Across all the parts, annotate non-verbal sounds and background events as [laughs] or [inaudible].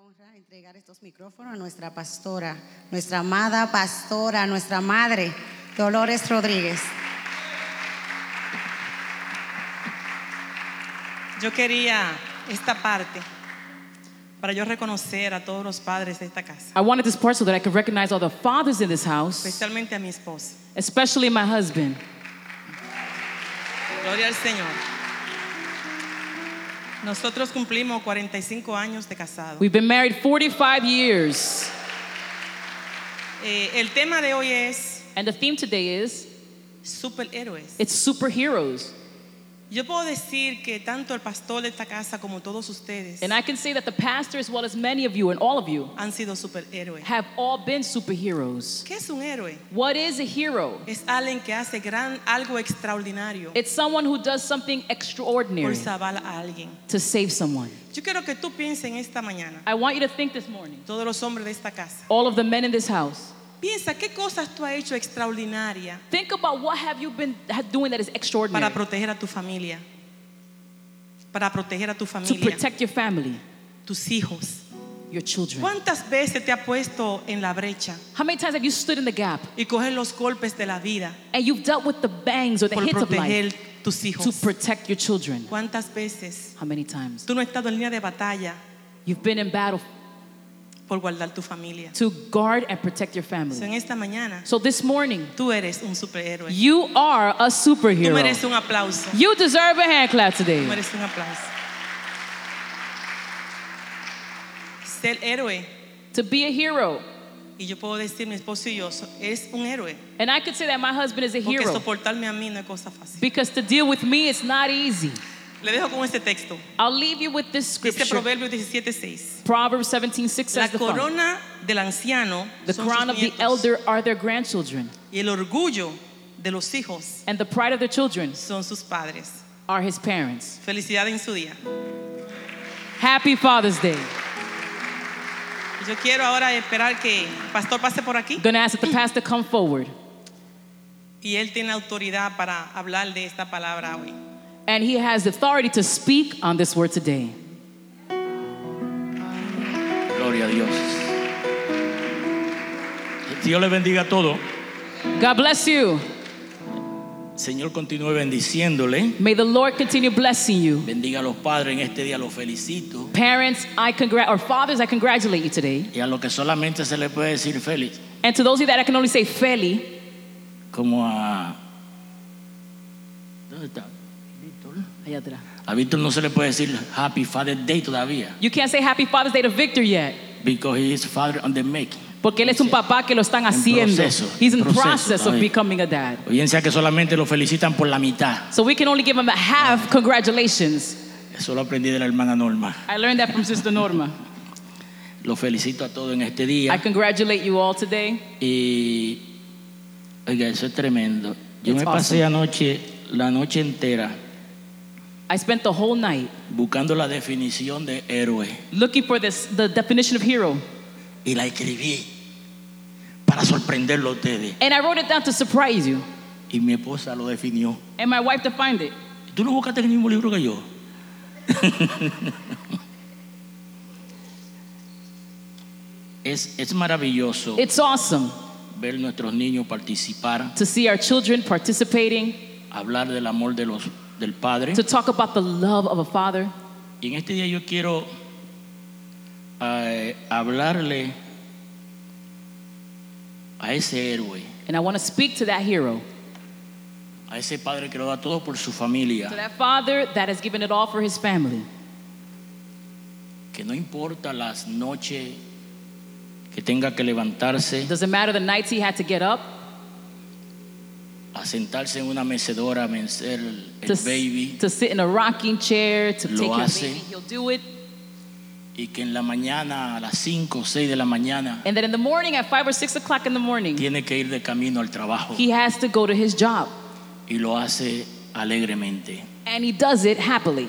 honra entregar estos micrófonos a nuestra pastora, nuestra amada pastora, nuestra madre, Dolores Rodríguez. Yo quería esta parte para yo reconocer a todos los padres de esta casa, I wanted this part so that I could recognize all the fathers in this house, especialmente a mi esposa. especially my husband. Gloria al Señor. Nosotros cumplimos 45 años de casado. We've been married 45 years, Eh, el tema de hoy es and the theme today is superhéroes. it's superheroes. Yo puedo decir que tanto el pastor de esta casa como todos ustedes And I can say that the pastor, as well as many of you and all of you, han sido superhéroes. have all been superheroes. ¿Qué es un héroe? What is a hero? Es alguien que hace gran, algo extraordinario It's someone who does something por extraordinary salvar a alguien. to save someone. Yo quiero que tú pienses en esta mañana, I want you to think this morning, todos los hombres de esta casa. all of the men in this house, Piensa qué cosas tú has hecho extraordinaria think about what have you been ha- doing that is para extraordinary proteger a tu familia. Para proteger a tu to familia, protect your family, tus hijos. your children. ¿Cuántas veces te ha puesto en la brecha How many times have you stood in the gap y coger los golpes de la vida and you've dealt with the bangs or the por hits of life proteger tus to hijos? protect your children? ¿Cuántas veces How many times? tú no has estado en línea de batalla You've been in battle por guardar tu familia? to guard and protect your So, family. en esta mañana, So this morning, tú eres un superhéroe. you are a Tú mereces superhero. un aplauso. You deserve a hand clap Tú today. mereces un aplauso. Ser héroe, To be a hero. y yo puedo decir, mi esposo y yo, so- es un héroe. And I could say that my husband is a Porque hero soportarme a mí no es cosa fácil. because to deal with me, it's not easy. Le dejo con este texto. I'll leave you with this Dice scripture. Proverbios 17:6. Proverbs 17:6 La says the following. corona del anciano The son sus crown of the nietos, elder are their grandchildren, y el orgullo de los hijos and the pride of their children son sus padres. are his parents. Felicidad en su día. Happy Father's Day. Yo quiero ahora esperar que el pastor pase por aquí I'm gonna ask that the pastor come forward, y él tiene autoridad para hablar de esta palabra hoy. and he has the authority to speak on this word today. Gloria a Dios. Dios les bendiga a todos. God bless you. Señor continúe bendiciéndole. May the Lord continue blessing you. Bendiga a los padres en este día, los felicito. Parents, I congrat or fathers, I congratulate you today. Y a lo que solamente se le puede decir feliz, And to those of you that I can only say Feli, como a. ¿Dónde está? Víctor. allá atrás. A Víctor no se le puede decir Happy Father's Day todavía, you can't say Happy Father's Day to Victor yet. because he is father on the making. Porque él es un papá que lo están haciendo. proceso, He's in en proceso process of todavía. becoming a dad. Bien sea que solamente lo felicitan por la mitad. So we can only give him a half congratulations. Eso lo aprendí de la hermana Norma. I learned that from Sister Norma. Lo felicito a todos en este I día. congratulate you all today. Y oiga, eso es tremendo. Yo It's me pasé anoche, la noche entera, I spent the whole night buscando la definición de héroe looking for this the definition of hero. y la escribí para sorprenderlo a ustedes. And I wrote it down to surprise you. Y mi esposa lo definió. And my wife defined it. ¿Tú lo buscaste en el mismo libro que yo? [laughs] es, es maravilloso It's awesome ver nuestros niños participar, to see our children participating, hablar del amor de los, del Padre. to talk about the love of a father. Y en este día yo quiero eh, hablarle a ese héroe, And I want to speak to that hero, a ese padre que lo da todo por su to familia, that father that has given it all for his family. que no importa las noches que tenga que levantarse, It doesn't matter the nights he had to get up a sentarse en una mecedora, a vencer el, el to, s- baby, to sit in a rocking chair, to Lo take care of hace. the baby. He'll do it. y que en la mañana, a las 5 o 6 de la mañana, And then in the morning, at five or six o'clock in the morning, tiene que ir de camino al trabajo he has to go to his job. y lo hace alegremente. And he does it happily.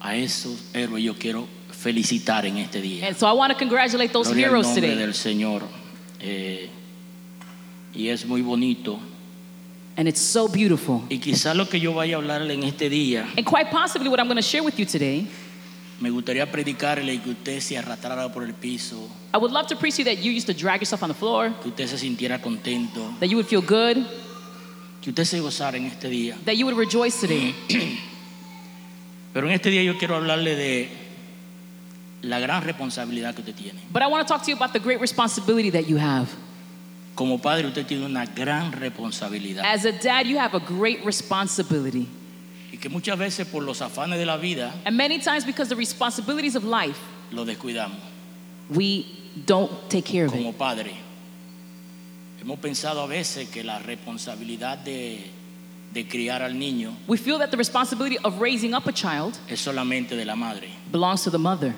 A esos héroes yo quiero felicitar en este día. And so I want to congratulate those Gloria al heroes nombre today. del Señor. Eh, y es muy bonito. And it's so beautiful. Y quizá lo que yo vaya a hablarle en este día And quite possibly what I'm going to share with you today Me gustaría predicarle que usted se arrastrara por el piso, I would love to preach to you that you used to drag yourself on the floor, que usted se sintiera contento, that you would feel good, que usted se gozara en este día. [clears throat] that you would rejoice today. Pero en este día yo quiero hablarle de la gran responsabilidad que usted tiene. But I want to talk to you about the great responsibility that you have. Como padre usted tiene una gran responsabilidad As a dad, you have a great responsibility. y que muchas veces por los afanes de la vida And many times, because the responsibilities of life, lo descuidamos. we don't take care of it. Como padre hemos pensado a veces que la responsabilidad de, de criar al niño We feel that the responsibility of raising up a child es solamente de la madre, belongs to the mother.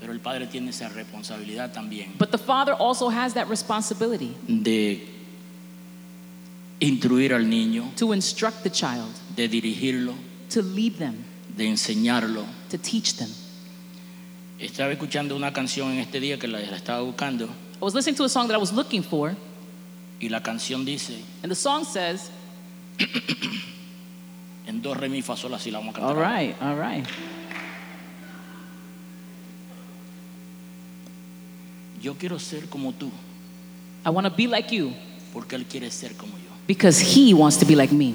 pero el padre tiene esa responsabilidad también But the father also has that responsibility de instruir al niño, to instruct the child, de dirigirlo, to lead them, de enseñarlo. to teach them. Estaba escuchando una canción en este día que la, la estaba buscando I was listening to a song that I was looking for, y la canción dice and the song says, en dos re mi fa sol así la vamos a All cantar. right, all right. Yo quiero ser como tú, I want to be like you porque él quiere ser como yo. because he wants to be like me.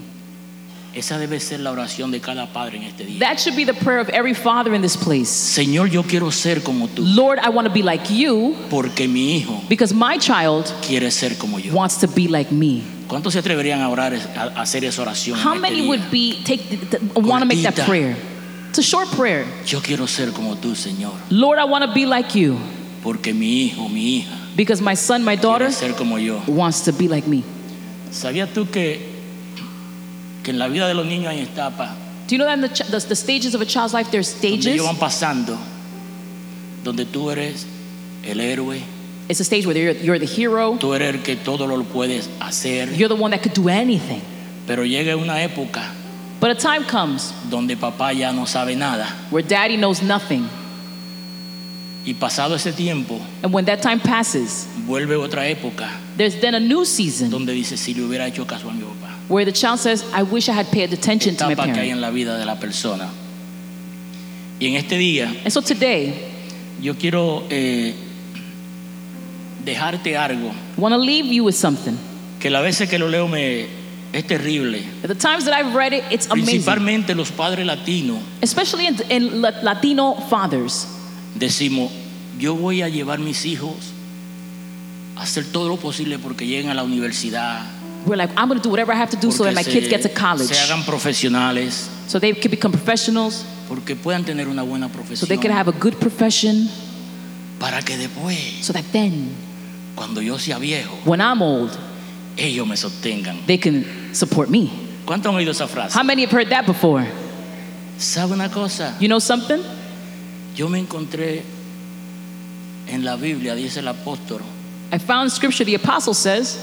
Esa debe ser la oración de cada padre en este día. That should be the prayer of every father in this place. Señor, yo quiero ser como tú, Lord, I want to be like you porque mi hijo because my child quiere ser como yo. wants to be like me. ¿Cuántos se atreverían a orar, a a hacer esa oración? en How este many día? would be take the, the, want to make that Cortita. prayer? It's a short prayer. Yo quiero ser como tú, Señor, Lord, I want to be like you porque mi hijo, mi hija because my son, my daughter quiere ser como yo. wants to be like me. ¿Sabías tú que, que en la vida de los niños hay etapas Do you know that in the, ch- the, the stages of a child's life, there's donde stages? ellos van pasando, donde tú eres el héroe, It's a stage where you're, you're the hero, tú eres el que todo lo puedes hacer, you're the one that could do anything. pero llega una época But a time comes donde papá ya no sabe nada where daddy knows nothing. y pasado ese tiempo And when that time passes, vuelve otra época there's then a new season donde dice si le hubiera hecho caso a mi papá. where the child says, I wish I had paid attention to my Etapa que hay parent. en la vida de la persona. Y en este día And so today, yo quiero eh, dejarte algo I want to leave you with something. que la veces que lo leo me es terrible. At the times that I've read it, it's amazing. Principalmente los padres latinos Especially in, in La- Latino fathers. decimos yo voy a llevar mis hijos a hacer todo lo posible porque lleguen a la universidad, We're like, I'm going to do whatever I have to do so that my porque kids get to se- college. se hagan profesionales, So they can become professionals, porque puedan tener una buena so profesión. they can have a good profession, para que después, so that then, cuando yo sea viejo, when I'm old, ellos me sostengan. they can support me. ¿Cuántos han oído esa frase? How many have heard that before? ¿Sabe una cosa? You know something? Yo me encontré en la Biblia, dice el apóstol, I found scripture, the apostle says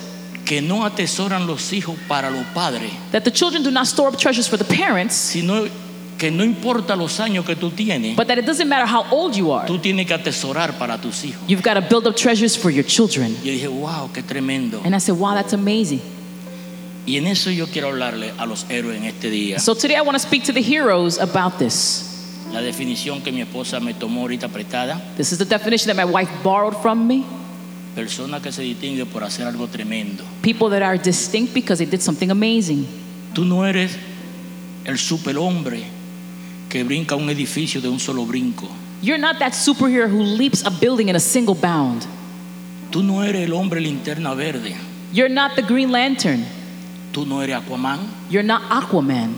que no atesoran los hijos para los padres, that the children do not store up treasures for the parents, sino que no importa los años que tú tienes, but that it doesn't matter how old you are. tú tienes que atesorar para tus hijos. You've got to build up treasures for your children. Yo dije, wow, qué tremendo. And I said, wow, that's amazing. Y en eso yo quiero hablarle a los héroes en este día. So today I want to speak to the heroes about this. La definición que mi esposa me tomó ahorita apretada, This is the definition that my wife borrowed from me. persona que se distingue por hacer algo tremendo. People that are distinct because they did something amazing. Tú no eres el superhombre que brinca un edificio de un solo brinco. You're not that superhero who leaps a building in a single bound. Tú no eres el hombre linterna verde. You're not the Green Lantern. Tú no eres Aquaman. You're not Aquaman.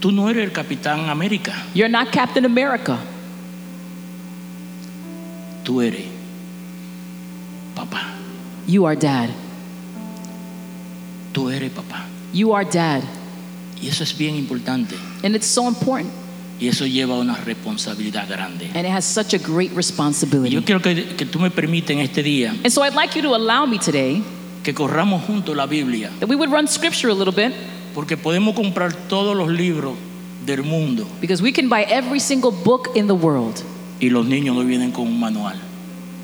Tú no eres el Capitán América. You're not Captain America. Tú eres papá. You are dad. Tú eres papá. You are dad. Y eso es bien importante. And it's so important. Y eso lleva a una responsabilidad grande. And it has such a great Y yo responsibility. quiero que, que tú me permitas en este día And so I'd like you to allow me today que corramos juntos la Biblia. that we would run scripture a little bit Porque podemos comprar todos los libros del mundo because we can buy every single book in the world y los niños no vienen con un manual.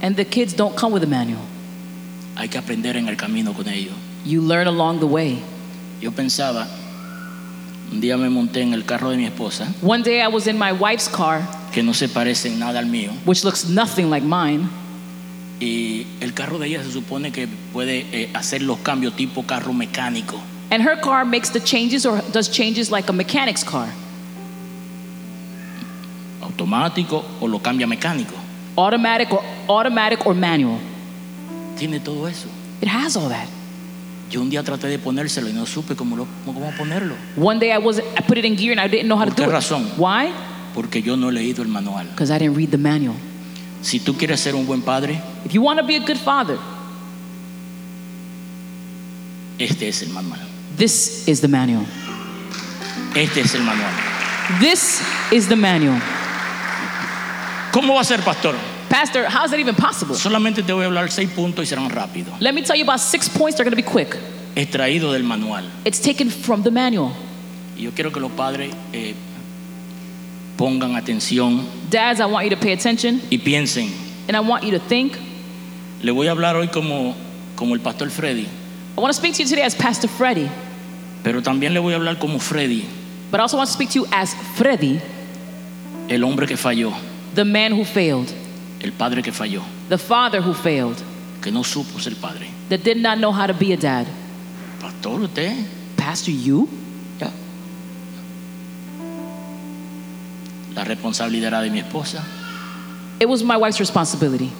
and the kids don't come with a manual. Hay que aprender en el camino con ellos. You learn along the way. Yo pensaba, Un día me monté en el carro de mi esposa, One day I was in my wife's car, que no se parece en nada al mío, which looks nothing like mine, y el carro de ella se supone que puede eh, hacer los cambios tipo carro mecánico. and her car makes the changes or does changes like a mechanic's car automático o lo cambia mecánico. automatic or, automatic or manual. Tiene todo eso. It has all that. Yo un día traté de ponérselo y no supe cómo, lo- cómo- cómo ponerlo, One day I was I put it in gear and I didn't know how to ¿Por qué do it. razón? Why? porque yo no he leído el manual. Because I didn't read the manual. Si tú quieres ser un buen padre, If you want to be a good father, este es el manual. this is the manual. Este es el manual. This is the manual. ¿Cómo va a ser, pastor? Pastor, how is that even possible? Solamente te voy a hablar seis puntos y serán rápidos. Let me tell you about six points. They're going to be quick. Extraído del manual. It's taken from the manual. Y yo quiero que los padres eh, pongan atención Dads, I want you to pay attention y piensen. and I want you to think. Le voy a hablar hoy como, como el pastor Freddy, I want to speak to you today as Pastor Freddy, pero también le voy a hablar como Freddy, but I also want to speak to you as Freddy, el hombre que falló. the man who failed, El padre que falló, the father who failed, que no supo ser padre. that did not know how to be a dad. Pastor, usted. Pastor, you? Ya. La responsabilidad era de mi esposa, It was my wife's responsibility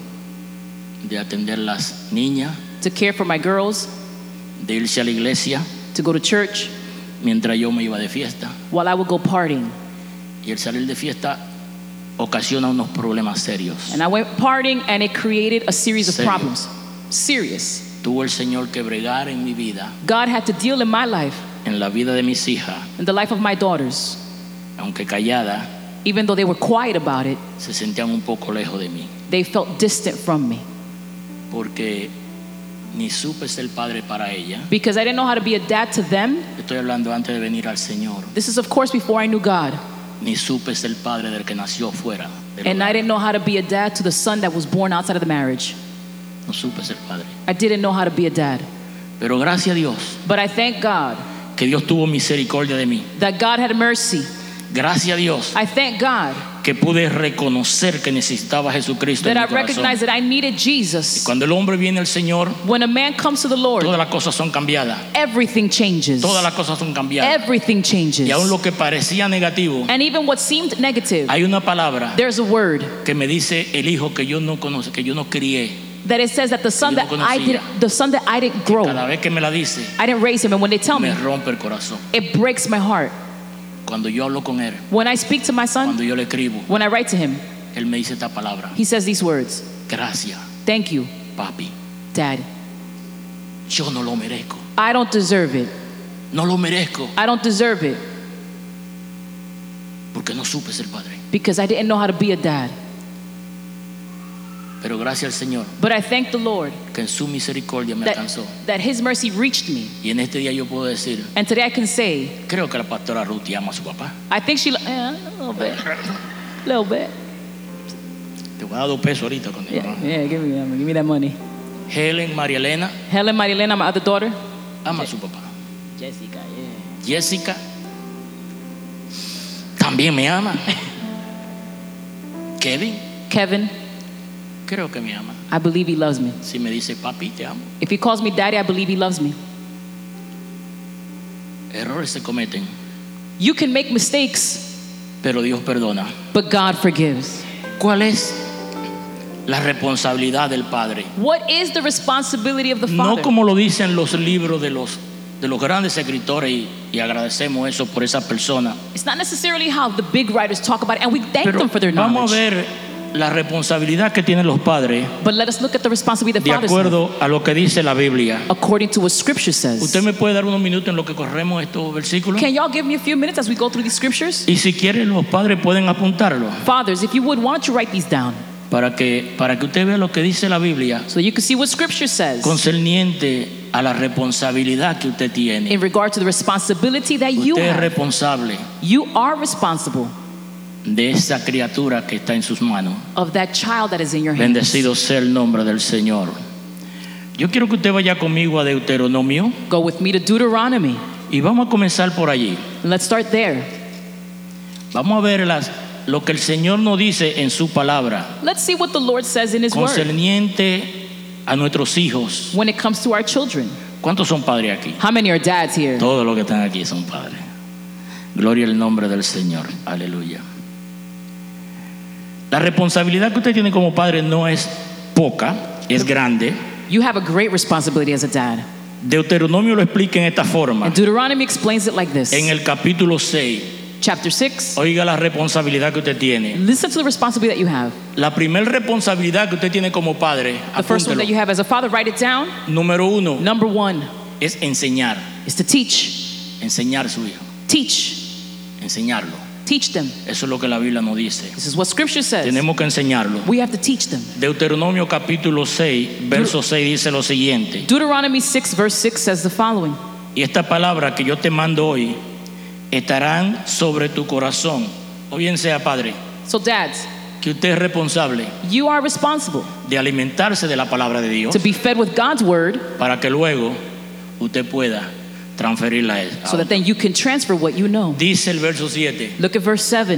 de atender las niñas, to care for my girls, de irse a la iglesia to go to church mientras yo me iba de fiesta. while I would go partying. Y el salir de fiesta ocasiona unos problemas serios. And I went partying and it created a series of Serio. problems. Serious. Tuvo el Señor que bregar en mi vida, God had to deal in my life, en la vida de mis hijas, in the life of my daughters, aunque callada, even though they were quiet about it, se sentían un poco lejos de mí, they felt distant from me porque ni supe ser padre para ella. because I didn't know how to be a dad to them. Estoy hablando antes de venir al Señor. This is, of course, before I knew God. ni supe ser padre del que nació fuera. del And I hogar. didn't know how to be a dad to the son that was born outside of the marriage. No supe ser padre. I didn't know how to be a dad. Pero gracias a Dios But I thank God que Dios tuvo misericordia de mí. that God had mercy. Gracias a Dios I thank God que pude reconocer que necesitaba a Jesucristo. en that I mi corazón. recognized that I needed Jesus. Cuando el hombre viene al Señor, When a man comes to the Lord, todas las cosas son cambiadas. everything changes. Todas las cosas son cambiadas. Everything changes. Y aún lo que parecía negativo, And even what seemed negative, hay una palabra there's a word que me dice el hijo que yo no conoce, que yo no crié. that it says that the son yo no that I conocía. didn't, the son that I didn't grow, Cada vez que me la dice, I didn't raise him. And when they tell me me, rompe el corazón. it breaks my heart. Cuando yo hablo con él, When I speak to my son, cuando yo le escribo, when I write to him, él me dice esta palabra. he says these words: Gracias, "Thank you, papi. Dad. Yo no lo merezco. I don't deserve it. No lo merezco I don't deserve it porque no supe ser padre. because I didn't know how to be a dad." Pero gracias al Señor But I thank the Lord que en su misericordia me that, alcanzó. that His mercy reached me. Y en este día yo puedo decir, And today I can say, creo que la pastora Ruth ama a su papá. I think she, eh, a little bit, a little bit. Te voy a dar dos pesos ahorita con Yeah, yeah, give me, that money, give me that money. Helen María Elena Helen Marilena, my other daughter. ama a su papá. Jessica, yeah. Jessica también me [laughs] ama. Kevin Kevin, creo que me ama. I believe he loves me. Si me dice papi te amo, If he calls me daddy, I believe he loves me. errores se cometen, You can make mistakes, pero Dios perdona. but God forgives. ¿Cuál es la responsabilidad del padre? What is the responsibility of the No father? como lo dicen los libros de los, de los grandes escritores y, y agradecemos eso por esa persona. it's not necessarily how the big writers talk about it, and we thank Pero them for their vamos a knowledge. ver la responsabilidad que tienen los padres But let us look at the responsibility the de fathers have, acuerdo a lo que dice la Biblia. according to what Scripture ¿Usted says. me puede dar unos minutos en lo que corremos estos versículos? Can y'all give me a few minutes as we go through these scriptures? Y si quieren los padres pueden apuntarlo Fathers, if you would, why don't you write these down para que, para que usted vea lo que dice la Biblia so you can see what Scripture says concerniente a la responsabilidad que usted tiene. in regard to the responsibility that you Usted es have. responsable You are responsible de esa criatura que está en sus manos. of that child that is in your hands. Bendecido sea el nombre del Señor. Yo quiero que usted vaya conmigo a Deuteronomio Go with me to Deuteronomy, y vamos a comenzar por allí. And let's start there. Vamos a ver las- lo que el Señor nos dice en su palabra Let's see what the Lord says in His Word concerniente a nuestros hijos. when it comes to our children. ¿Cuántos son padres aquí? How many are dads here? Todos los que están aquí son padres. Gloria al nombre del Señor. Aleluya. La responsabilidad que usted tiene como padre no es poca, es grande. You have a great responsibility as a dad. Deuteronomio lo explica en esta forma. And Deuteronomy explains it like this En el capítulo 6, Chapter 6. oiga la responsabilidad que usted tiene. Listen to the responsibility that you have. La primera responsabilidad que usted tiene como padre, The first one apúntelo. that you have as a father, write it down. número uno, Number one es enseñar. is to teach. Enseñar a su hijo. Teach. Enseñarlo. Teach them. Eso es lo que la Biblia nos dice. This is what Scripture says. Tenemos que enseñarlo. We have to teach them. Deuteronomio capítulo 6, verso 6 dice lo siguiente. Deuteronomy 6, verse 6 says the following Y esta palabra que yo te mando hoy estarán sobre tu corazón. O bien sea, Padre, So, dads, que usted es responsable you are responsible de alimentarse de la palabra de Dios to be fed with God's word para que luego usted pueda transferirla a él. so that then you can transfer what you know. Dice el verso 7, Look at verse 7.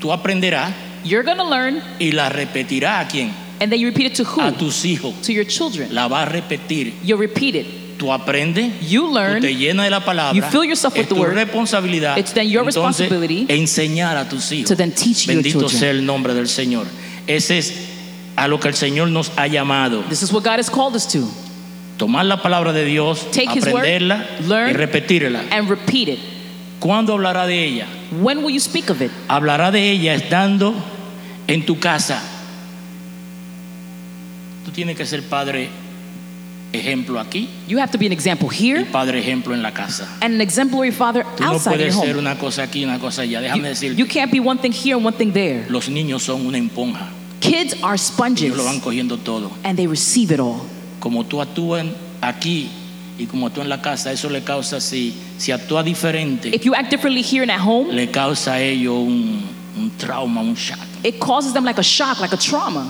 tú aprenderás You're going to learn, y la repetirás a quién? and then you repeat it to A who? tus hijos. To your children. La vas a repetir. You'll repeat it. Tú aprendes You Tú learn, te llena de la palabra. You fill yourself with es the tu word. responsabilidad. It's then your Entonces, responsibility enseñar a tus hijos. to then teach your Bendito children. sea el nombre del Señor. Ese es a lo que el Señor nos ha llamado. This is what God has called us to. Tomar la palabra de Dios, Take his word, aprenderla learn. y repetirla. And repeat it. ¿Cuándo hablará de ella? When will you speak of it? Hablará de ella estando en tu casa. Tú tienes que ser padre ejemplo aquí You have to be an example y here padre ejemplo en la casa. and an exemplary father Tú no outside your puedes ser home. una cosa aquí y una cosa allá. You, Déjame decirte. you can't be one thing here and one thing there. Los niños son una esponja. Kids are Ellos sponges lo van cogiendo todo. and they receive it all. Como tú actúas en- aquí y como actúas en la casa, eso le causa, si, si actúa diferente, If you act differently here and at home, le causa a ellos un, un trauma, un shock. it causes them like a shock, like a trauma,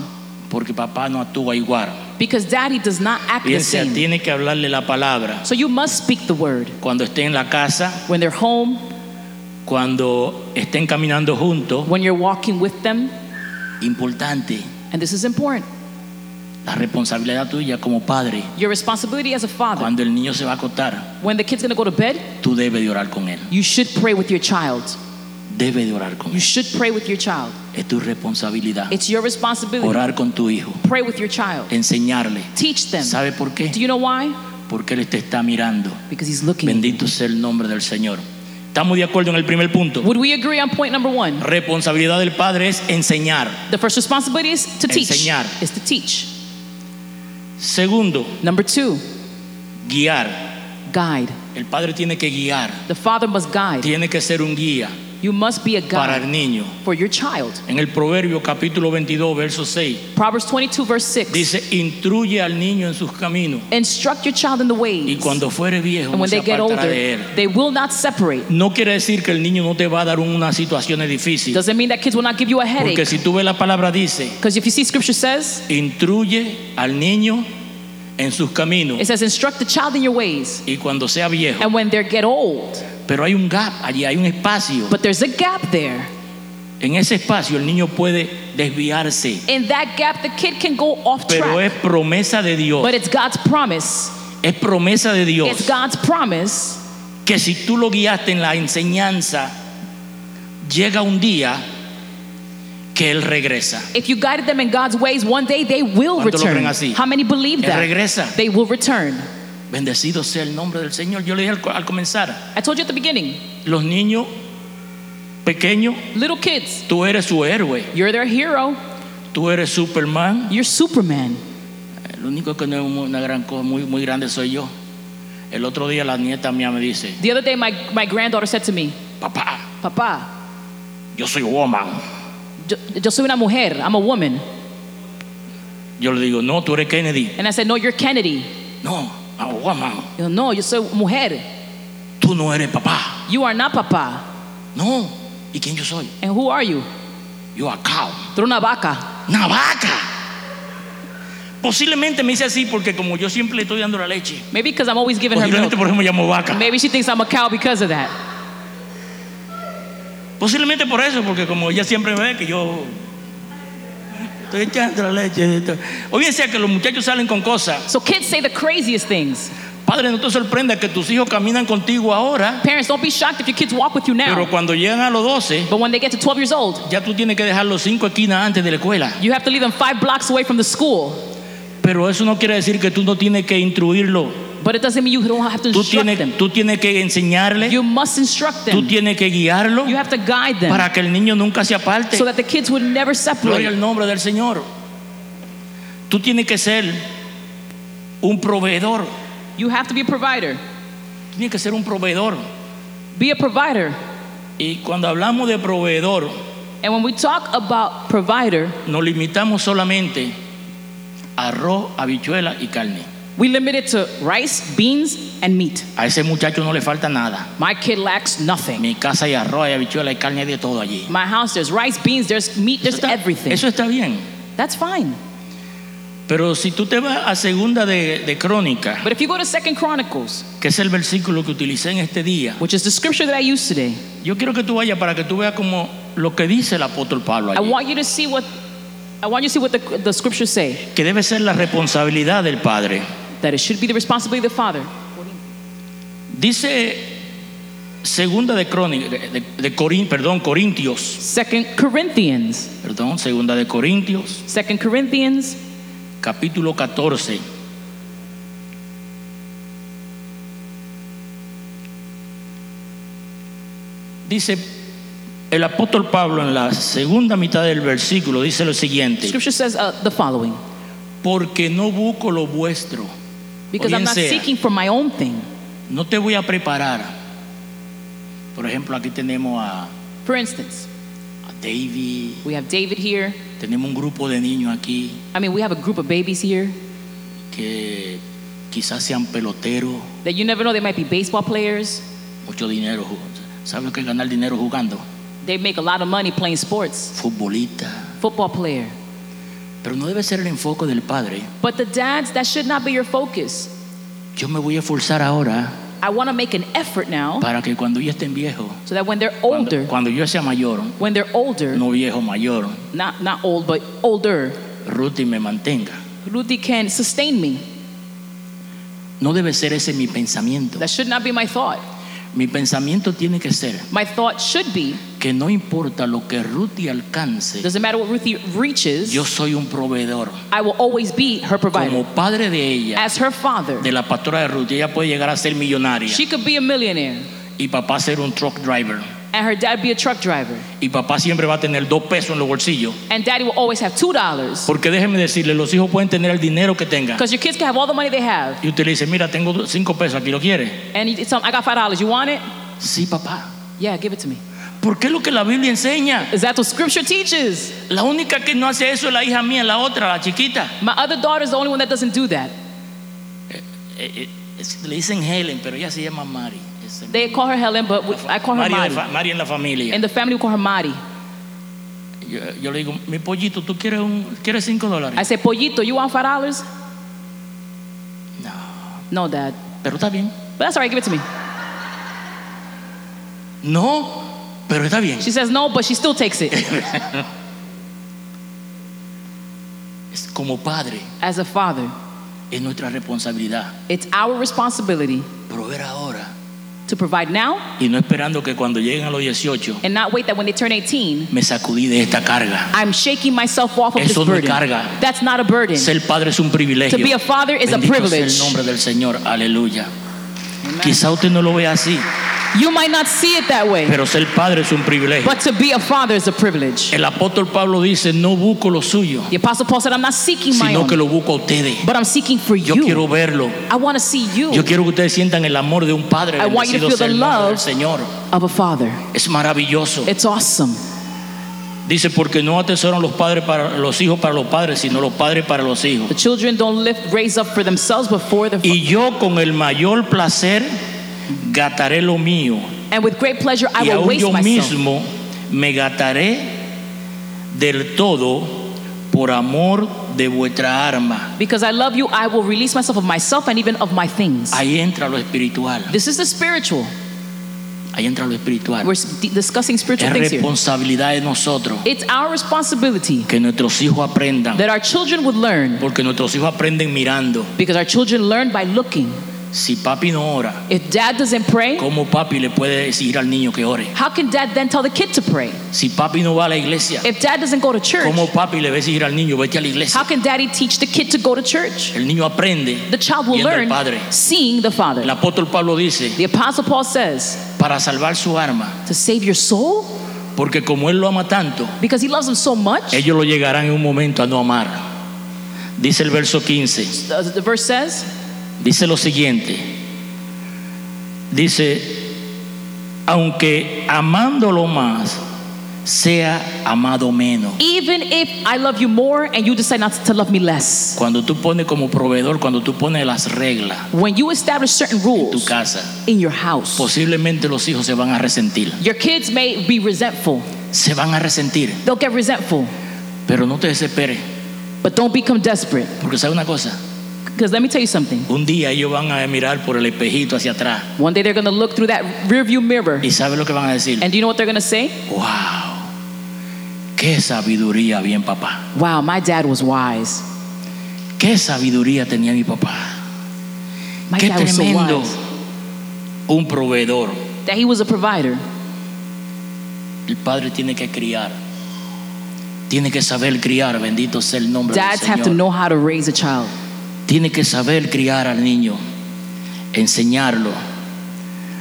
Porque papá no actúa igual. because daddy does not act the Piensa, same. tiene que hablarle la palabra. So you must speak the word Cuando esté en la casa, when they're home, cuando estén caminando juntos, when you're walking with them, importante, and this is important. la responsabilidad tuya como padre. Your responsibility as a father. Cuando el niño se va a acostar, When the kid's gonna go to bed, tú debes de orar con él. you should pray with your child. Debes de orar con You él. should pray with your child. Es tu responsabilidad. It's your responsibility. Orar con tu hijo. Pray with your child. enseñarle. Teach them. ¿Sabe por qué? Do you know why? Porque Él te está mirando. Because he's looking. Bendito sea el nombre del Señor. Estamos de acuerdo en el primer punto. Would we agree on point number one? Responsabilidad del padre es enseñar. The first responsibility is to teach. Enseñar. Is to teach. Segundo, Number two, guiar. guide. El padre tiene que guiar. The father must guide. Tiene que ser un guía You must be a para guide el niño. for your child. En el Proverbio capítulo 22, verso 6, Proverbs 22, verse 6. dice, instruye al niño en sus caminos Instruct your child in the y ways. cuando fuere and viejo no when se they get apartará older, de él. they will not separate. No quiere decir que el niño no te va a dar unas situaciones difíciles. Doesn't mean that kids will not give you a Porque headache. si tú ves la palabra dice, Because if you see scripture says, instruye al niño en sus caminos it says, instruct the child in your ways. y cuando sea viejo. And when they get old, Pero hay un gap allí, hay un espacio. but there's a gap there. En ese espacio el niño puede desviarse, In that gap, the kid can go off pero es track. promesa de Dios. But it's God's promise. Es promesa de Dios It's God's promise que si tú lo guiaste en la enseñanza, llega un día que él regresa. If you guided them in God's ways, one day they will ¿Cuántos lo return. creen así? How many believe Él that? regresa. They will return. Bendecido sea el nombre del Señor. Yo le dije al, co- al comenzar, I told you at the beginning, los niños pequeños, little kids, tú eres su héroe, you're their hero. tú eres Superman. You're Superman. Lo único que no es una gran cosa muy, muy grande soy yo. El otro día la nieta mía me dice, The other day, my, my granddaughter said to me, papá, Papa, yo soy woman. yo, yo soy una mujer. I'm a woman. Yo le digo, no, tú eres Kennedy. And I said, No, you're Kennedy. No, a woman. You know, no, yo soy mujer. Tú no eres papá. You are not Papa. No. ¿Y quién yo soy? And who are you? Yo acá. Tú eres una vaca. Una vaca. Posiblemente me dice así porque como yo siempre le estoy dando la leche. Maybe because I'm always giving her Posiblemente milk. por eso me llamo vaca. Maybe she thinks I'm a cow because of that. Posiblemente por eso, porque como ella siempre me ve que yo estoy echando la leche. O bien sea que los muchachos salen con cosas. So kids say the craziest things. Padre, no te sorprenda que tus hijos caminan contigo ahora, Parents, don't be shocked if your kids walk with you pero now. cuando llegan a los 12, But when they get to 12 years old, ya tú tienes que dejarlos cinco esquinas antes de la escuela. you have to leave them five blocks away from the school. Pero eso no quiere decir que tú no tienes que instruirlo. But it doesn't mean you don't have to Tú instruct them. tienes, tú tienes que enseñarle, You must instruct tú them. tienes que guiarlo You have to guide them para que el niño nunca se aparte. so that the kids would never Gloria separate. al nombre del Señor. Tú tienes que ser un proveedor. You have to be a provider. Tienes que ser un proveedor. Be a provider. Y cuando hablamos de proveedor, And when we talk about provider, nos limitamos solamente a arroz, habichuela y carne. we limit it to rice, beans, and meat. A ese muchacho no le falta nada. My kid lacks En nothing. mi casa hay arroz, hay habichuela, hay carne, hay de todo allí. My house, there's rice, beans, there's meat, Eso there's está, everything. eso está bien. That's fine. Pero si tú te vas a segunda de, de Crónica, But if you go to Second Chronicles, que es el versículo que utilicé en este día, which is the scripture that I used today, yo quiero que tú vayas para que tú veas como lo que dice el apóstol Pablo I allí. want you to see what I want you to see what the, the scriptures say que debe ser la responsabilidad del padre. that it should be the responsibility of the father. Dice segunda de Crónica, de, de Corin- perdón, Corintios, Second Corinthians, perdón, segunda de Corintios, Second Corinthians capítulo 14. Dice el apóstol Pablo en la segunda mitad del versículo, dice lo siguiente, Scripture says uh, the following porque no busco lo vuestro, because O I'm bien not sea, seeking for my own thing. no te voy a preparar. Por ejemplo, aquí tenemos a, For instance, a David, we have David here. tenemos un grupo de niños aquí I mean, we have a group of babies here que quizás sean peloteros, that you never know. They might be baseball players. mucho dinero, ju- ¿sabe lo que es ganar dinero jugando? They make a lot of money playing sports. Futbolista. Football player. Pero no debe ser el enfoque del padre. But the dads, that should not be your focus. Yo me voy a esforzar ahora I want to make an effort now para que cuando yo estén viejo, so that when they're cuando, Oh. older, cuando yo sea mayor, when they're older, no viejo mayor, not not old but older, Ruti me mantenga. Ruthie can sustain me. No debe ser ese mi pensamiento. That should not be my thought. Mi pensamiento tiene que ser My thought should be que no importa lo que Ruti alcance, doesn't matter what Ruthie reaches. yo soy un proveedor. I will always be her provider. Como padre de ella, As her father, de la pastora de Ruth, ella puede llegar a ser millonaria she could be a millionaire y papá ser un truck driver. and her dad be a truck driver. Y papá siempre va a tener dos pesos en los bolsillos. And daddy will always have $2 Porque déjeme decirle, los hijos pueden tener el dinero que tengan. because your kids can have all the money they have. Y usted le dice, mira, tengo do- cinco pesos, aquí lo quiere. And you tell them, I got $5. You want it? Sí, papá. Yeah, give it to me. Porque es lo que la Biblia enseña. Is that what scripture teaches? La única que no hace eso es la hija mía, la otra, la chiquita. My other daughter is the only one that doesn't do that. Eh, eh, es- le dicen Helen, pero ella se llama Mari. Es el- They call her Helen, but we, I call her ah, Mari, de Mari. fa- Mari en la familia. In the family, we call her Mari. Yo, yo le digo, mi pollito, ¿tú quieres, un, quieres cinco I dólares? say, Pollito, you want $5? No, No, Dad. pero está bien. But that's all right, give it to me. No, pero está bien. She says no, but she still takes [laughs] it Es como padre, as a father. es nuestra responsabilidad It's our responsibility proveer ahora to provide now y no esperando que cuando lleguen a los 18 and not wait that when they turn 18, me sacudí de esta carga. I'm shaking myself off of Eso this no es burden. carga. That's not a burden. Ser padre es un privilegio. To be a father is a Bendito sea privilege. el nombre del Señor, aleluya. Amen. Quizá usted no lo vea así, You might not see it that way, pero Eh. ser padre es un privilegio. but to be a father is a privilege. El apóstol Pablo dice, no busco lo suyo, The apostle Paul said, I'm not seeking my sino own, que lo busco a ustedes. but I'm seeking for Yo you. quiero verlo. I want to see you Yo quiero que ustedes sientan el amor de un padre. I want you to feel Bendecido sea the el nombre del love. Señor. of a father. Es maravilloso. It's awesome. Dice porque no atesoran los padres para los hijos para los padres, sino los padres para los hijos. The children don't lift, raise up for themselves, but for the Y yo con el mayor placer gataré lo mío And with great pleasure, I y will aún waste yo myself. mismo me gataré del todo por amor de vuestra arma. Because I love you, I will release myself of myself and even of my things. Ahí entra lo espiritual. This is the spiritual. Ahí entra lo espiritual. We're s- d- discussing spiritual Es things here. responsabilidad de nosotros It's our responsibility que nuestros hijos aprendan. that our children would learn Porque nuestros hijos aprenden mirando. because our children learn by looking. Si papi no ora, If dad doesn't pray, ¿cómo papi le puede decir al niño que ore? how can dad then tell the kid to pray? Si papi no va a la iglesia, If dad doesn't go to church, ¿cómo papi le va a decir al niño, vete a la how iglesia? can daddy teach the kid to go to church? El niño aprende The child will viendo al learn padre. seeing the father. El apóstol Pablo dice, The apostle Paul says, para salvar su arma, to save your soul porque como él lo ama tanto, because he loves him so much. ellos lo llegarán en un momento a no amar. Dice el verso 15, The, the verse says, dice lo siguiente, dice, aunque amándolo más, sea amado menos. even if I love you more and you decide not to love me less. Cuando tú pones como proveedor, cuando tú pones las reglas When you establish certain en tu rules casa, in your house, posiblemente los hijos se van a resentir. your kids may be resentful. Se van a resentir, They'll get resentful, pero no te desesperes, but don't become desperate. porque sabe una cosa, Because let me tell you something. un día ellos van a mirar por el espejito hacia atrás One day they're going to look through that rearview mirror, y sabe lo que van a decir. and do you know what they're going to say? Wow, qué sabiduría bien papá, Wow, my dad was wise. qué sabiduría tenía mi papá, My qué dad was so tremendo wise un proveedor. that he was a provider. El padre tiene que criar, tiene que saber criar, bendito sea el nombre Dads del have to Señor. know how to raise a child. Tiene que saber criar al niño, enseñarlo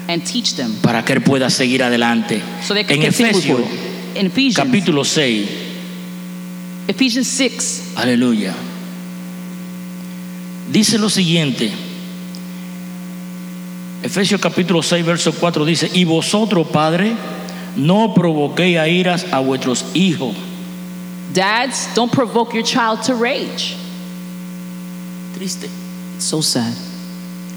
and teach them para que él pueda seguir adelante. so they can en continue Efesios with it. In Ephesians, capítulo 6, Ephesians 6, aleluya, dice lo siguiente. Efesios capítulo 6, verso 4 dice, y vosotros, Padre, no provoquéis a iras a vuestros hijos. dads, don't provoke your child to rage. Triste. It's so sad.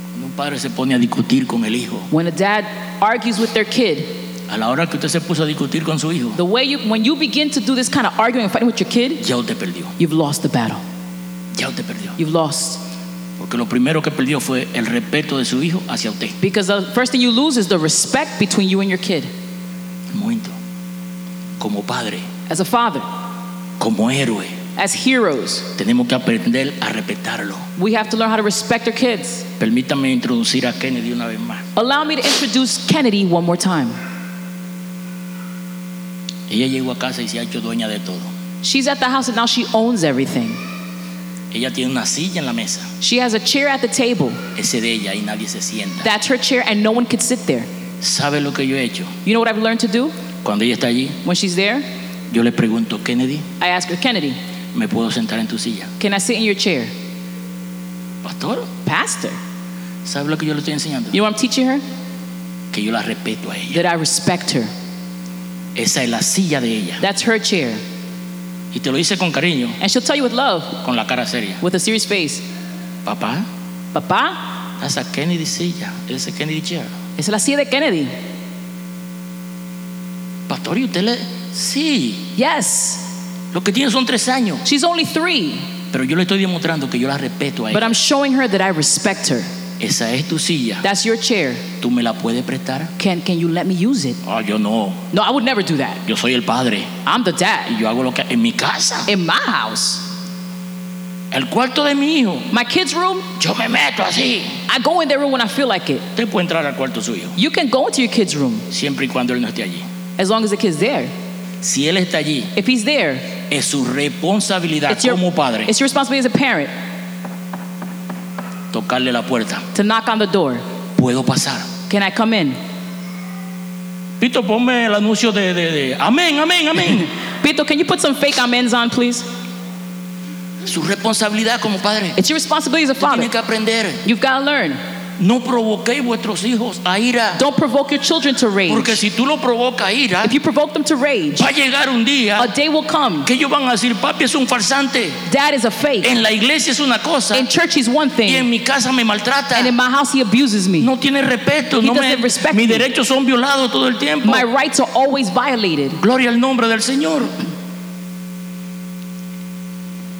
Cuando un padre se pone a discutir con el hijo, When a dad argues with their kid, a la hora que usted se puso a discutir con su hijo, the way you when you begin to do this kind of arguing and fighting with your kid, ya usted perdió, you've lost the battle. ya usted perdió. You've lost. Porque lo primero que perdió fue el respeto de su hijo hacia usted. Because the first thing you lose is the respect between you and your kid. Un momento. Como padre, As a father, como héroe, as heroes, tenemos que aprender a respetarlo. we have to learn how to respect our kids. Permítame introducir a Kennedy una vez más. Allow me to introduce Kennedy one more time. Ella llegó a casa y se ha hecho dueña de todo. She's at the house and now she owns everything. Ella tiene una silla en la mesa. She has a chair at the table. Ese de ella y nadie se sienta. That's her chair, and no one could sit there. ¿Sabe lo que yo he hecho? You know what I've learned to do? Cuando ella está allí, When she's there, yo le pregunto, Kennedy, I ask her, Kennedy, ¿me puedo sentar en tu silla? can I sit in your chair? Pastor, Pastor. ¿sabe lo que yo le estoy enseñando? You know what I'm teaching her? Que yo la respeto a ella. That I respect her. Esa es la silla de ella. That's her chair. Y te lo dice con cariño, And she'll tell you with love, con la cara seria. with a serious face, Papá, Papá, esa Kennedy silla, ese Kennedy chair. esa es la silla de Kennedy. Pastor, ¿y usted le.? Sí, Yes, lo que tiene son tres años. she's only three, Pero yo le estoy demostrando que yo la respeto a but ella. I'm showing her that I respect her. Esa es tu silla. That's your chair. ¿Tú me la puedes prestar? Can, can you let me use it? Ah, yo no. No, I would never do that. Yo soy el padre. I'm the dad. Y yo hago lo que. En mi casa. In my house, El cuarto de mi hijo. my kids' room, Yo me meto así. I go in their room when I feel like it. Usted puede entrar al cuarto suyo. You can go into your kids' room Siempre y cuando él no esté allí. as long as the kid's there. Si él está allí, If he's there, es su responsabilidad it's your, como padre it's your responsibility as a parent tocarle la puerta. to knock on the door. Puedo pasar. Can I come [laughs] in? Pito, ponme el anuncio de, de- de- amén, amén, [laughs] amén. Beto, can you put some fake amens on, please? Su responsabilidad como padre. It's your responsibility as a Tiene father. que aprender. You've got to learn. No provoquéis vuestros hijos a ira. Don't provoke your children to Porque rage. si tú lo provocas a ira, If you provoke them to rage, va a llegar un a día day will come. que ellos van a decir, papi es un farsante. Dad is a fake. En la iglesia es una cosa In church, he's one y en thing, mi casa me maltrata. and in my house, he abuses me. No tiene respeto. He No me, doesn't respect mis me. derechos son violados todo el tiempo. My rights are always violated. Gloria al nombre del Señor.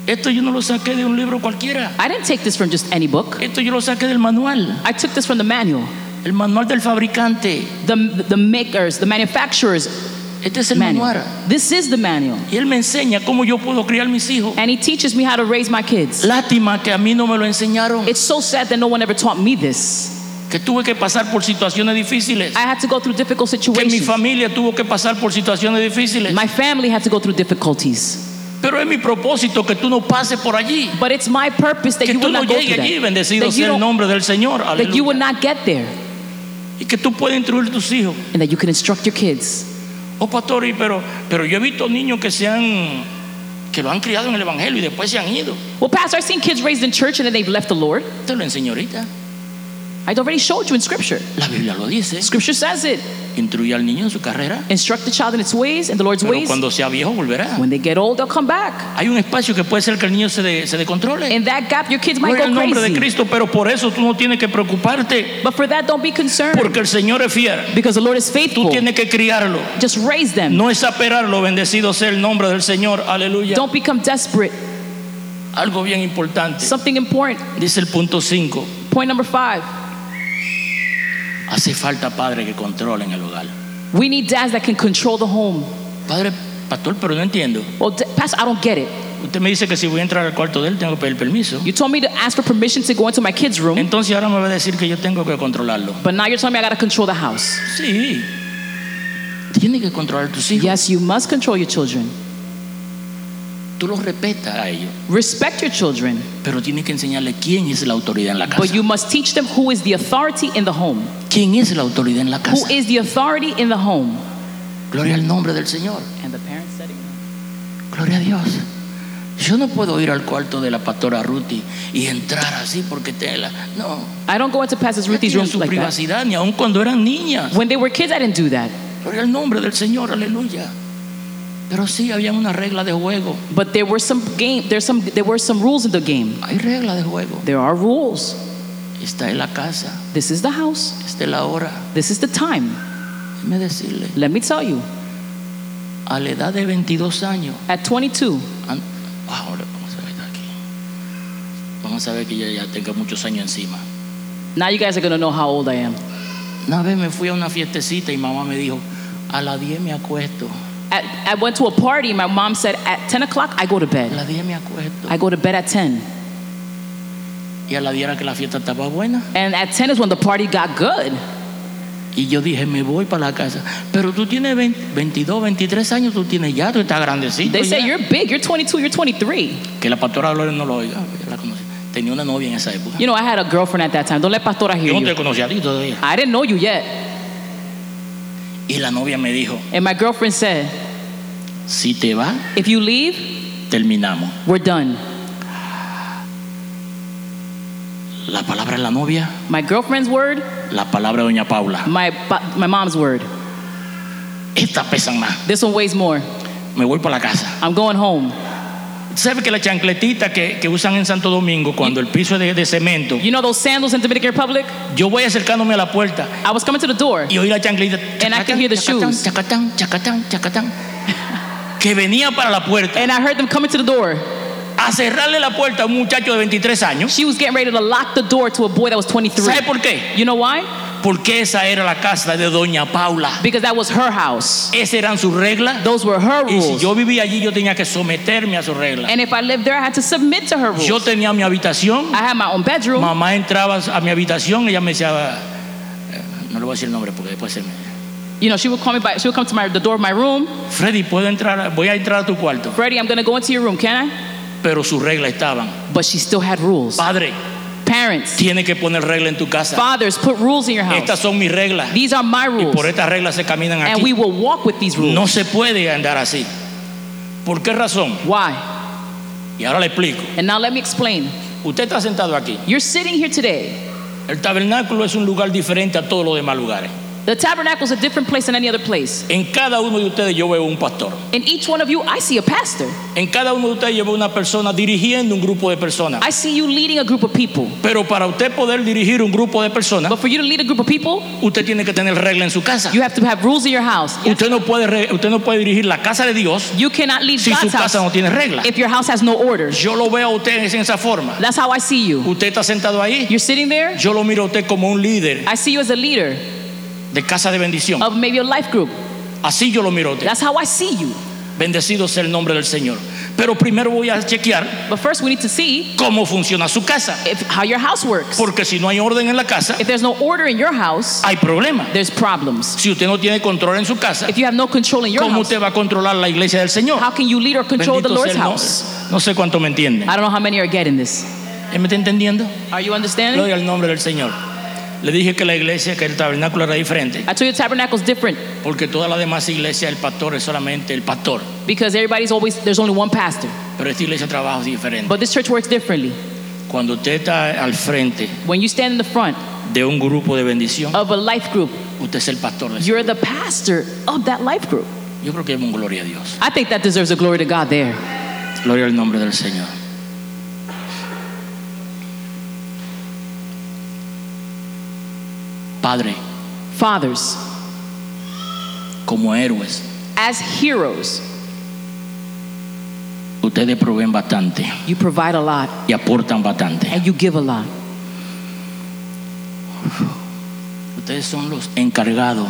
Esto yo no lo saqué de un libro cualquiera. I didn't take this from just any book. Esto yo lo saqué del manual. I took this from the manual. El manual del fabricante. The, the makers, the manufacturers Este es el manual. manual. This is the manual. Y él me enseña cómo yo puedo criar mis hijos. And he teaches me how to raise my kids. Lástima que a mí no me lo enseñaron. It's so sad that no one ever taught me this. Que tuve que pasar por situaciones difíciles. I had to go through difficult Que mi situations. familia tuvo que pasar por situaciones difíciles. My family had to go through difficulties. Pero es mi propósito que tú no pases por allí. But it's my purpose that Que you tú will no not go llegues through allí, that. bendecido That you sea el don't- nombre del Señor. that you will Aleluya. not get there. Y que tú puedes instruir tus hijos. And that you can instruct your kids. Oh, pastor, y pero, pero yo he visto niños que se han, que lo han criado en el Evangelio y después se han ido. Well, Pastor, I've seen kids raised in church and then they've left the Lord. Te lo enseño ahorita. I'd already showed you in Scripture. La Biblia lo dice. Scripture says it. Instruye al niño en su carrera. Instruct the child in its ways and the Lord's Pero ways. cuando sea viejo volverá. When they get old, they'll come back. Hay un espacio que puede ser que el niño se, de- se descontrole. In that gap, your kids might Gloria al go nombre de crazy. Cristo, pero por eso tú no tienes que preocuparte. But for that, don't be concerned. Porque el Señor es fiel. Because the Lord is Tú faithful. tienes que criarlo. Just raise them. No exasperarlo. Bendecido sea el nombre del Señor. Aleluya. Don't become desperate. Algo bien importante. Something important. Dice el punto 5. Point number five. Hace falta padres que controlen el hogar. We need dads that can control the home. Padre, pastor, pero no entiendo. Well, da- Pastor, I don't get it. Usted me dice que si voy a entrar al cuarto de él tengo que pedir permiso. You told me to ask for permission to go into my kids' room, Entonces ahora me va a decir que yo tengo que controlarlo. but now you're telling me I gotta control the house. Sí. Tiene que controlar a tus hijos. Yes, you must control your children. Tú los respetas a ellos, Respect your children, pero tienes que enseñarle quién es la autoridad en la casa. but you must teach them who is the authority in the home. ¿Quién es la autoridad en la Who casa? is the authority in the home? Gloria al nombre del Señor. And the parents said it. Gloria a Dios. Yo no puedo ir al cuarto de la pastora Ruti y entrar así porque tela. No. I don't go into Pastor No Ruthie's tienen room su like that. privacidad ni aun cuando eran niñas. When they were kids, I didn't do that. Gloria al nombre del Señor, aleluya. Pero sí había una regla de juego. But there were some game. There's some. There were some rules in the game. Hay regla de juego. There are rules. Está en la casa, This is the house. está en la hora. This is the time. Déjeme decirle, Let me tell you. a la edad de 22 años. At 22, an- Wow, ahora vamos a ver aquí. Vamos a ver que yo ya tengo muchos años encima. now you guys are gonna know how old I am. Una vez me fui a una fiestecita y mamá me dijo, a las 10 me acuesto. At, I went to a party. My mom said at 10 o'clock I go to A bed. las 10 me acuesto. I go to bed at 10, Y a las 10 era que la fiesta estaba buena. and at 10 is when the party got good. Y yo dije, me voy para la casa. Pero tú tienes 20 22, 23 años, tú tienes ya, tú estás grandecito. They ya. say you're big. You're 22. You're 23. Que la pastora Gloria no lo oiga, yo la conocí. Tenía una novia en esa época. You know I had a girlfriend at that time. Don't let Pastora hear Yo no te you. conocía a ti todavía. I didn't know you yet, Y la novia me dijo, and my girlfriend said, si te va, "If you leave, terminamos. we're done." La palabra de la novia, My girlfriend's word, la palabra de doña Paula. my pa- my mom's word. Estas pesan más. This one weighs more. Me voy para la casa. I'm going home. ¿Sabe que la chancletita que, que usan en Santo Domingo cuando el piso es de, de cemento? You know those sandals in Dominican Republic? Yo voy acercándome a la puerta I was coming to the door. y oí la chancletita. And I can hear the shoes. Chacatán, chacatán, chacatán. Que venía para la puerta. And I heard them coming to the door. A cerrarle la puerta a un muchacho de 23 años. She was getting ready to lock the door to a boy that was 23. ¿Sabe por qué? You know why? Porque esa era la casa de doña Paula. Because that was her house. Esas eran sus reglas. Those were her Y si rules. yo vivía allí, yo tenía que someterme a sus reglas. And if I lived there, I had to submit to her Yo rules. tenía mi habitación. I had my own bedroom. Mamá entraba a mi habitación, ella me decía, eh, no le voy a decir el nombre porque después se me... You know, she would call me by. She would come to my the door of my room. Freddy, puedo entrar, a- voy a entrar a tu cuarto. Freddie, I'm gonna go into your room, can I? Pero sus reglas estaban. But she still had rules. Padre, Parents, tiene que poner regla en tu casa. fathers, put rules in your house. Estas son mis reglas. These are my Y rules, por estas reglas se caminan and we aquí. will walk with these rules. No se puede andar así. ¿Por qué razón? Why? Y ahora le explico. And now let me explain. Usted está sentado aquí. You're sitting here today. El tabernáculo es un lugar diferente a todos los demás lugares. The tabernacle is a different place than any other place. En cada uno de ustedes yo veo un pastor. In each one of you, I see a pastor. En cada uno de ustedes yo veo una persona dirigiendo un grupo de personas. I see you leading a group of people. Pero para usted poder dirigir un grupo de personas, But for you to lead a group of people, usted tiene que tener regla en su casa. you have to have rules in your house. Usted no puede, re- usted no puede dirigir la casa de Dios You cannot lead si su God's casa no house tiene regla. if your house has no order. Yo lo veo a usted en esa forma. That's how I see you. Usted está sentado ahí. You're sitting there. Yo lo miro a usted como un líder I see you as a leader de casa de bendición. of maybe a life group. Así yo lo miro a usted. That's how I see you. Bendecido sea el nombre del Señor. Pero primero voy a chequear But first, we need to see cómo funciona su casa. if, how your house works. Porque si no hay orden en la casa, If there's no order in your house, hay problemas. there's problems. Si usted no tiene control en su casa, If you have no control in your ¿cómo house, usted va a controlar la iglesia del Señor? how can you lead or control the Bendito sea Lord's el nombre. house? No sé cuánto me entiende. I don't know how many are getting this. ¿Él me está entendiendo? Are you understanding? Gloria al nombre del Señor. Le dije que la iglesia, que el tabernáculo era diferente, I told you the tabernacle's different porque todas las demás iglesias, el pastor es solamente el pastor. because everybody's always there's only one pastor. Pero esta iglesia trabaja diferente. But this church works differently. Cuando usted está al frente When you stand in the front de un grupo de bendición, of a life group, usted es el pastor. de- you're the pastor of that life group. Yo creo que es un gloria a Dios. I think that deserves a glory to God there. Gloria al nombre del Señor. Padre, Fathers, como héroes, as heroes, ustedes proveen bastante you provide a lot y aportan bastante. and you give a lot. Ustedes son los encargados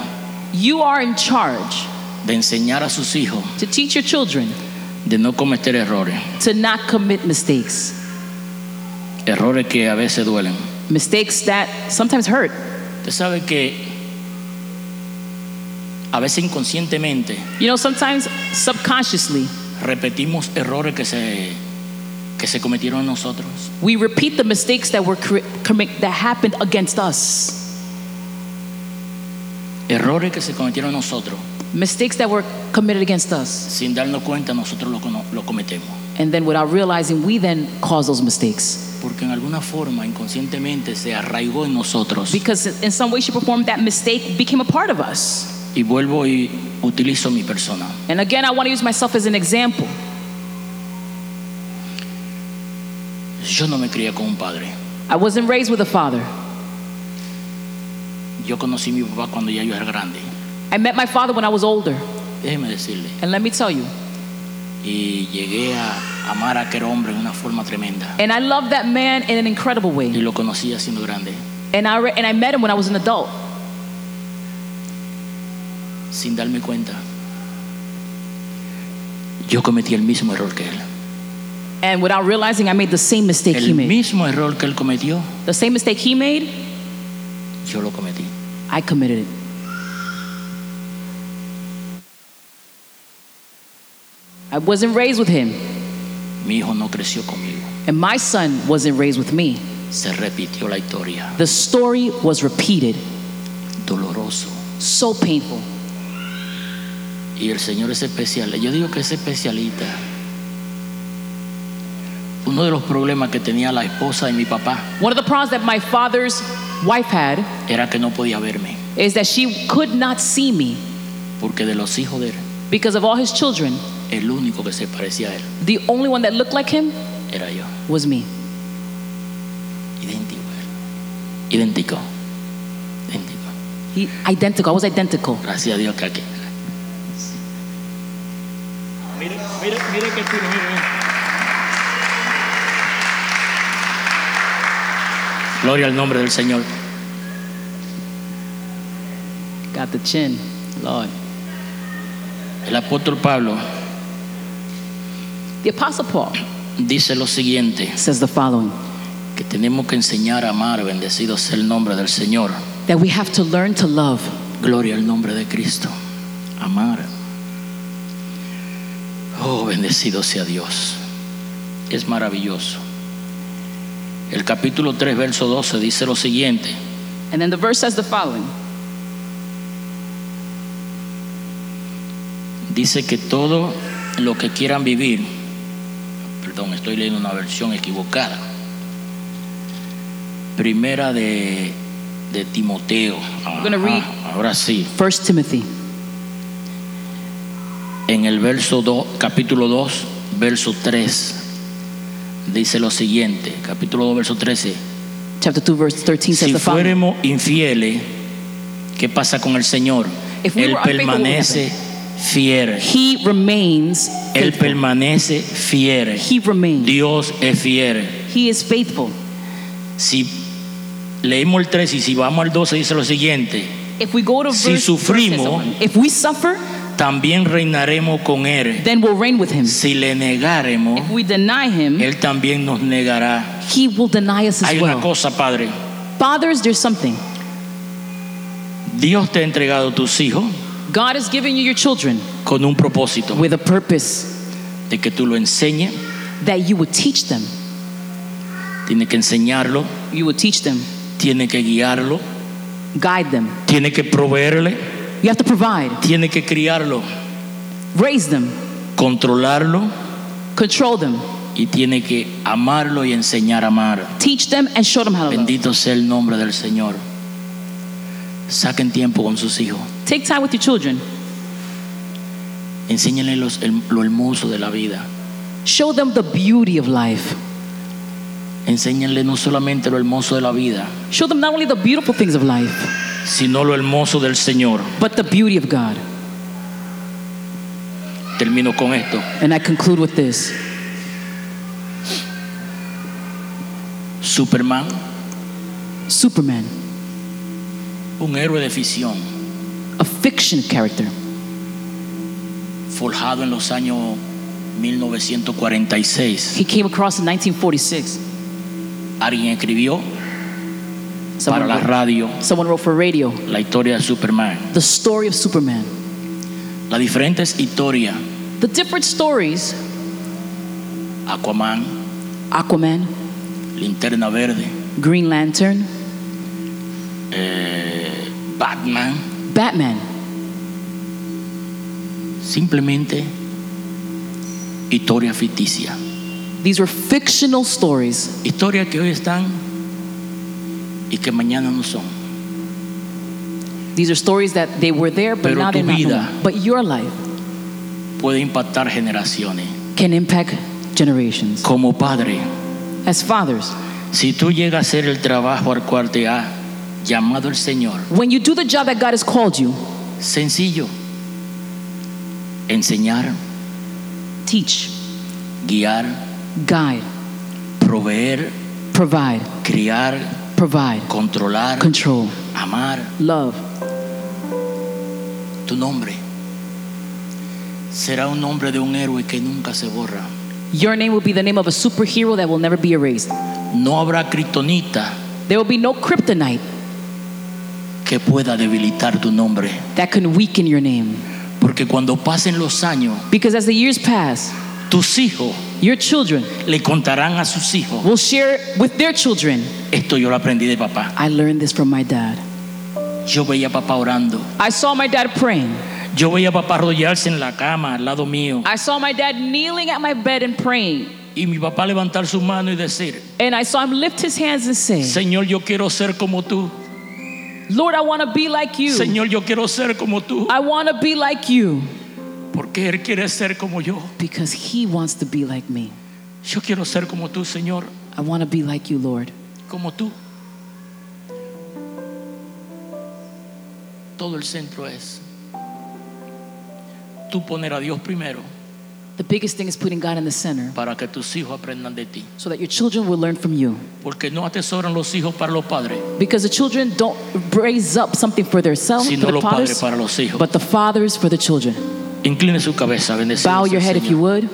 You are in charge de enseñar a sus hijos to teach your children de no cometer errores, to not commit mistakes, errores que a veces duelen. mistakes that sometimes hurt. Usted sabe que a veces inconscientemente You know, sometimes subconsciously, repetimos errores que se, que se cometieron en nosotros. we repeat the mistakes that were cre- commit that happened against us, Errores que se cometieron en nosotros mistakes that were committed against us, sin darnos cuenta nosotros lo, cono- lo cometemos. and then without realizing, we then cause those mistakes Porque en alguna forma inconscientemente se arraigó en nosotros. because in some way, she performed that mistake became a part of us. Y vuelvo y utilizo mi persona. And again, I want to use myself as an example. Yo no me crié con un padre. I wasn't raised with a father. Yo conocí a mi papá cuando ya yo era grande. I met my father when I was older, Déjeme decirle. and let me tell you, Y llegué a amar a aquel hombre de una forma tremenda. and I loved that man in an incredible Y way. lo conocía siendo grande, And I re- and I met him when I was an adult sin darme cuenta. Yo cometí el mismo error que él. And without realizing, I made the same mistake he El made. mismo error que él cometió, The same mistake he made, yo lo cometí. I committed it. I wasn't raised with him, Mi hijo no creció conmigo. and my son wasn't raised with me. Se repitió la historia. The story was repeated, Doloroso. so painful. Y el Señor es especial. Yo digo que es especialista. Uno de los problemas que tenía la esposa de mi papá One of the problems that my father's wife had era que no podía verme. is that she could not see me Porque de los hijos de él, because of all his children. el único que se parecía a él The only one that looked like him era yo. was me. Idéntico. era. Idéntico. Idéntico. He, identical. I was identical. Gracias a Dios que aquí. Mire, mire, mire que estilo, mire, mire. Gloria al nombre del Señor. Got the chin, Lord. El apóstol Pablo The Apostle Paul dice lo siguiente, says the following. que tenemos que enseñar a amar, bendecido sea el nombre del Señor. that we have to learn to love. Gloria al nombre de Cristo. Amar. Oh, bendecido sea Dios. Es maravilloso. El capítulo 3, verso 12 dice lo siguiente. And then the verse says the following Dice que todo lo que quieran vivir, perdón, estoy leyendo una versión equivocada. Primera de, de Timoteo. gonna Ajá, read Ahora sí, 1 Timothy en el verso 2, capítulo 2, verso 3, dice lo siguiente, capítulo 2, verso 13. chapter 2 verse 13 says Si the following. fuéramos infieles, ¿qué pasa con el Señor? If we Él were unfaithful, what permanece fiel. He remains Él faithful. permanece fiel. He remains. Dios es fiel. He is faithful. Si leímos el 3 y si vamos al 12 dice lo siguiente, If we go to Si verse, sufrimos- verse- if we suffer, también reinaremos con Él. then we'll reign with him. Si le negáremos, If we deny him, Él también nos negará. he will deny us Hay as una well. cosa, Padre. Fathers, there's something. Dios te ha entregado tus hijos God is giving you your children con un propósito, with a purpose de que tú lo enseñes, that you would teach them. tiene que enseñarlo, You would teach them, tiene que guiarlo, guide them. tiene que proveerle, You have to provide, tiene que criarlo, raise them, controlarlo control them, y tiene que amarlo y enseñar a amar. teach them, and show them how to love. Bendito sea el nombre del Señor. Saquen tiempo con sus hijos. Take time with your children. Enséñenle los- el- lo hermoso de la vida. Show them the beauty of life. Enséñenle no solamente lo hermoso de la vida, Show them not only the beautiful things of life, sino lo hermoso del Señor. but the beauty of God. Termino con esto. And I conclude with this Superman, Superman, un héroe de ficción, a fiction character, forjado en los años 1946. he came across in 1946. Alguien escribió para Someone la wrote, radio someone wrote for radio la historia de Superman. the story of Superman. Las diferentes historias, The different stories Aquaman, Aquaman, Linterna Verde, Green Lantern, eh, Batman, Batman, simplemente historia ficticia. these were fictional stories Historias que hoy están y que mañana no son. These are stories that they were there, but Pero now tu they're not. no vida. more. But your life Puede impactar generaciones. can impact generations. Como padre, As fathers, si tú llegas a hacer el trabajo al cual te ha llamado el Señor, when you do the job that God has called you, sencillo, enseñar, teach, guiar, guide, proveer, provide, criar, provide, controlar, control, amar love. tu nombre. Será un nombre de un héroe que nunca se borra. Your name will be the name of a superhero that will never be erased. No habrá kriptonita There will be no kryptonite que pueda debilitar tu nombre. that can weaken your name. Porque cuando pasen los años, Because as the years pass, tus hijos your children le contarán a sus hijos, will share with their children. esto yo lo aprendí de papá. I learned this from my dad. Yo veía a papá orando. I saw my dad praying. Yo veía a papá arrodillarse en la cama al lado mío. I saw my dad kneeling at my bed and praying. Y mi papá levantar su mano y decir, And I saw him lift his hands and say, Señor, yo quiero ser como tú. Lord, I want to be like you. Ah. Señor, yo quiero ser como tú. I want to be like you Porque Él quiere ser como yo. because he wants to be like me. Yo quiero ser como tú, Señor. I want to be like you, Lord. Como tú. Todo el centro es tú poner a Dios primero The biggest thing is putting God in the center para que tus hijos aprendan de ti. so that your children will learn from you. Porque no atesoran los hijos para los padres, Because the children don't raise up something for themselves, for sino the los padres fathers, para los hijos. but the fathers for the children. Incline su cabeza, bendecido. Bow sea your el head if Señor. you would.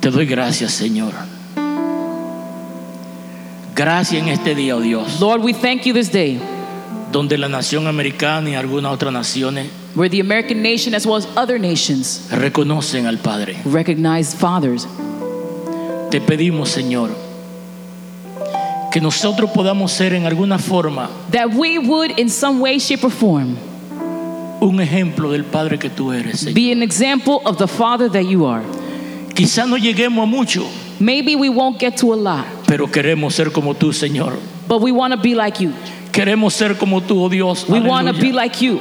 Te doy gracias, Señor. Gracias en este día, oh Dios, Lord, we thank you this day donde la nación americana y algunas otras naciones where the American nation, as well as other nations, reconocen al Padre. recognize fathers. Te pedimos, Señor, que nosotros podamos ser en alguna forma That we would, in some way, shape, or form, un ejemplo del Padre que tú eres, Señor. Be an example of the father that you are. Quizá no lleguemos a mucho, Maybe we won't get to a lot, pero queremos ser como tú, Señor. but we want to be like you. Queremos ser como tú, oh Dios. We want to Aleluya. be like you.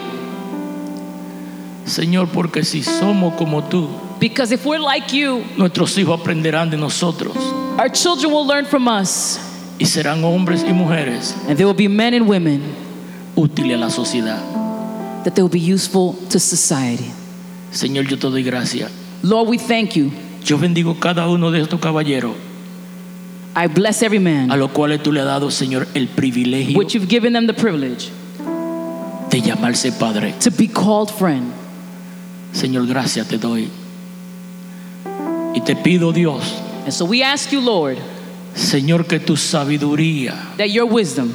Señor, porque si somos como tú, Because if we're like you, nuestros hijos aprenderán de nosotros our children will learn from us, y serán hombres y mujeres and there will be men and women útiles a la sociedad. that they will be useful to society. Señor, yo te doy gracias. Lord, we thank you. Yo bendigo cada uno de estos caballeros I bless every a man, los cuales tú le has dado, Señor, el privilegio which you've given them the privilege de llamarse Padre. to be called friend. Señor, gracias te doy. Y te pido, Dios, And so we ask you, Lord, Señor, que tu sabiduría, that your wisdom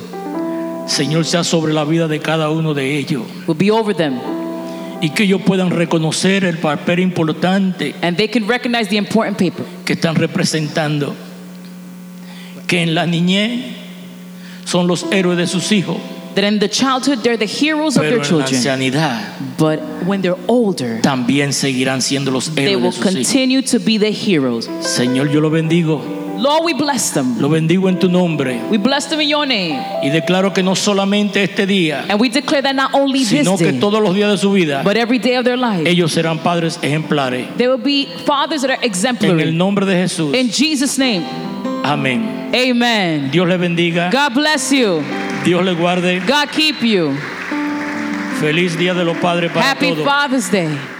Señor, sea sobre la vida de cada uno de ellos. will be over them Y que ellos puedan reconocer el papel importante and they can recognize the important paper que están representando. Que en la niñez son los héroes de sus hijos, that in the childhood they're the heroes of pero their en la children, ancianidad but when they're older, también seguirán siendo los they héroes will de sus hijos. continue to be the heroes. Señor, yo lo bendigo. Lord, we bless them. Lo bendigo en tu nombre We bless them in your name. y declaro que no solamente este día, And we declare that not only this sino que day, todos los días de su vida, but every day of their life, ellos serán padres ejemplares. there will be fathers that are En el exemplary. nombre de Jesús. In Jesus' name, Amén. amen. Dios le bendiga. God bless you. Dios le guarde. God keep you. Feliz Día de los Padres para Happy todos. Father's Day.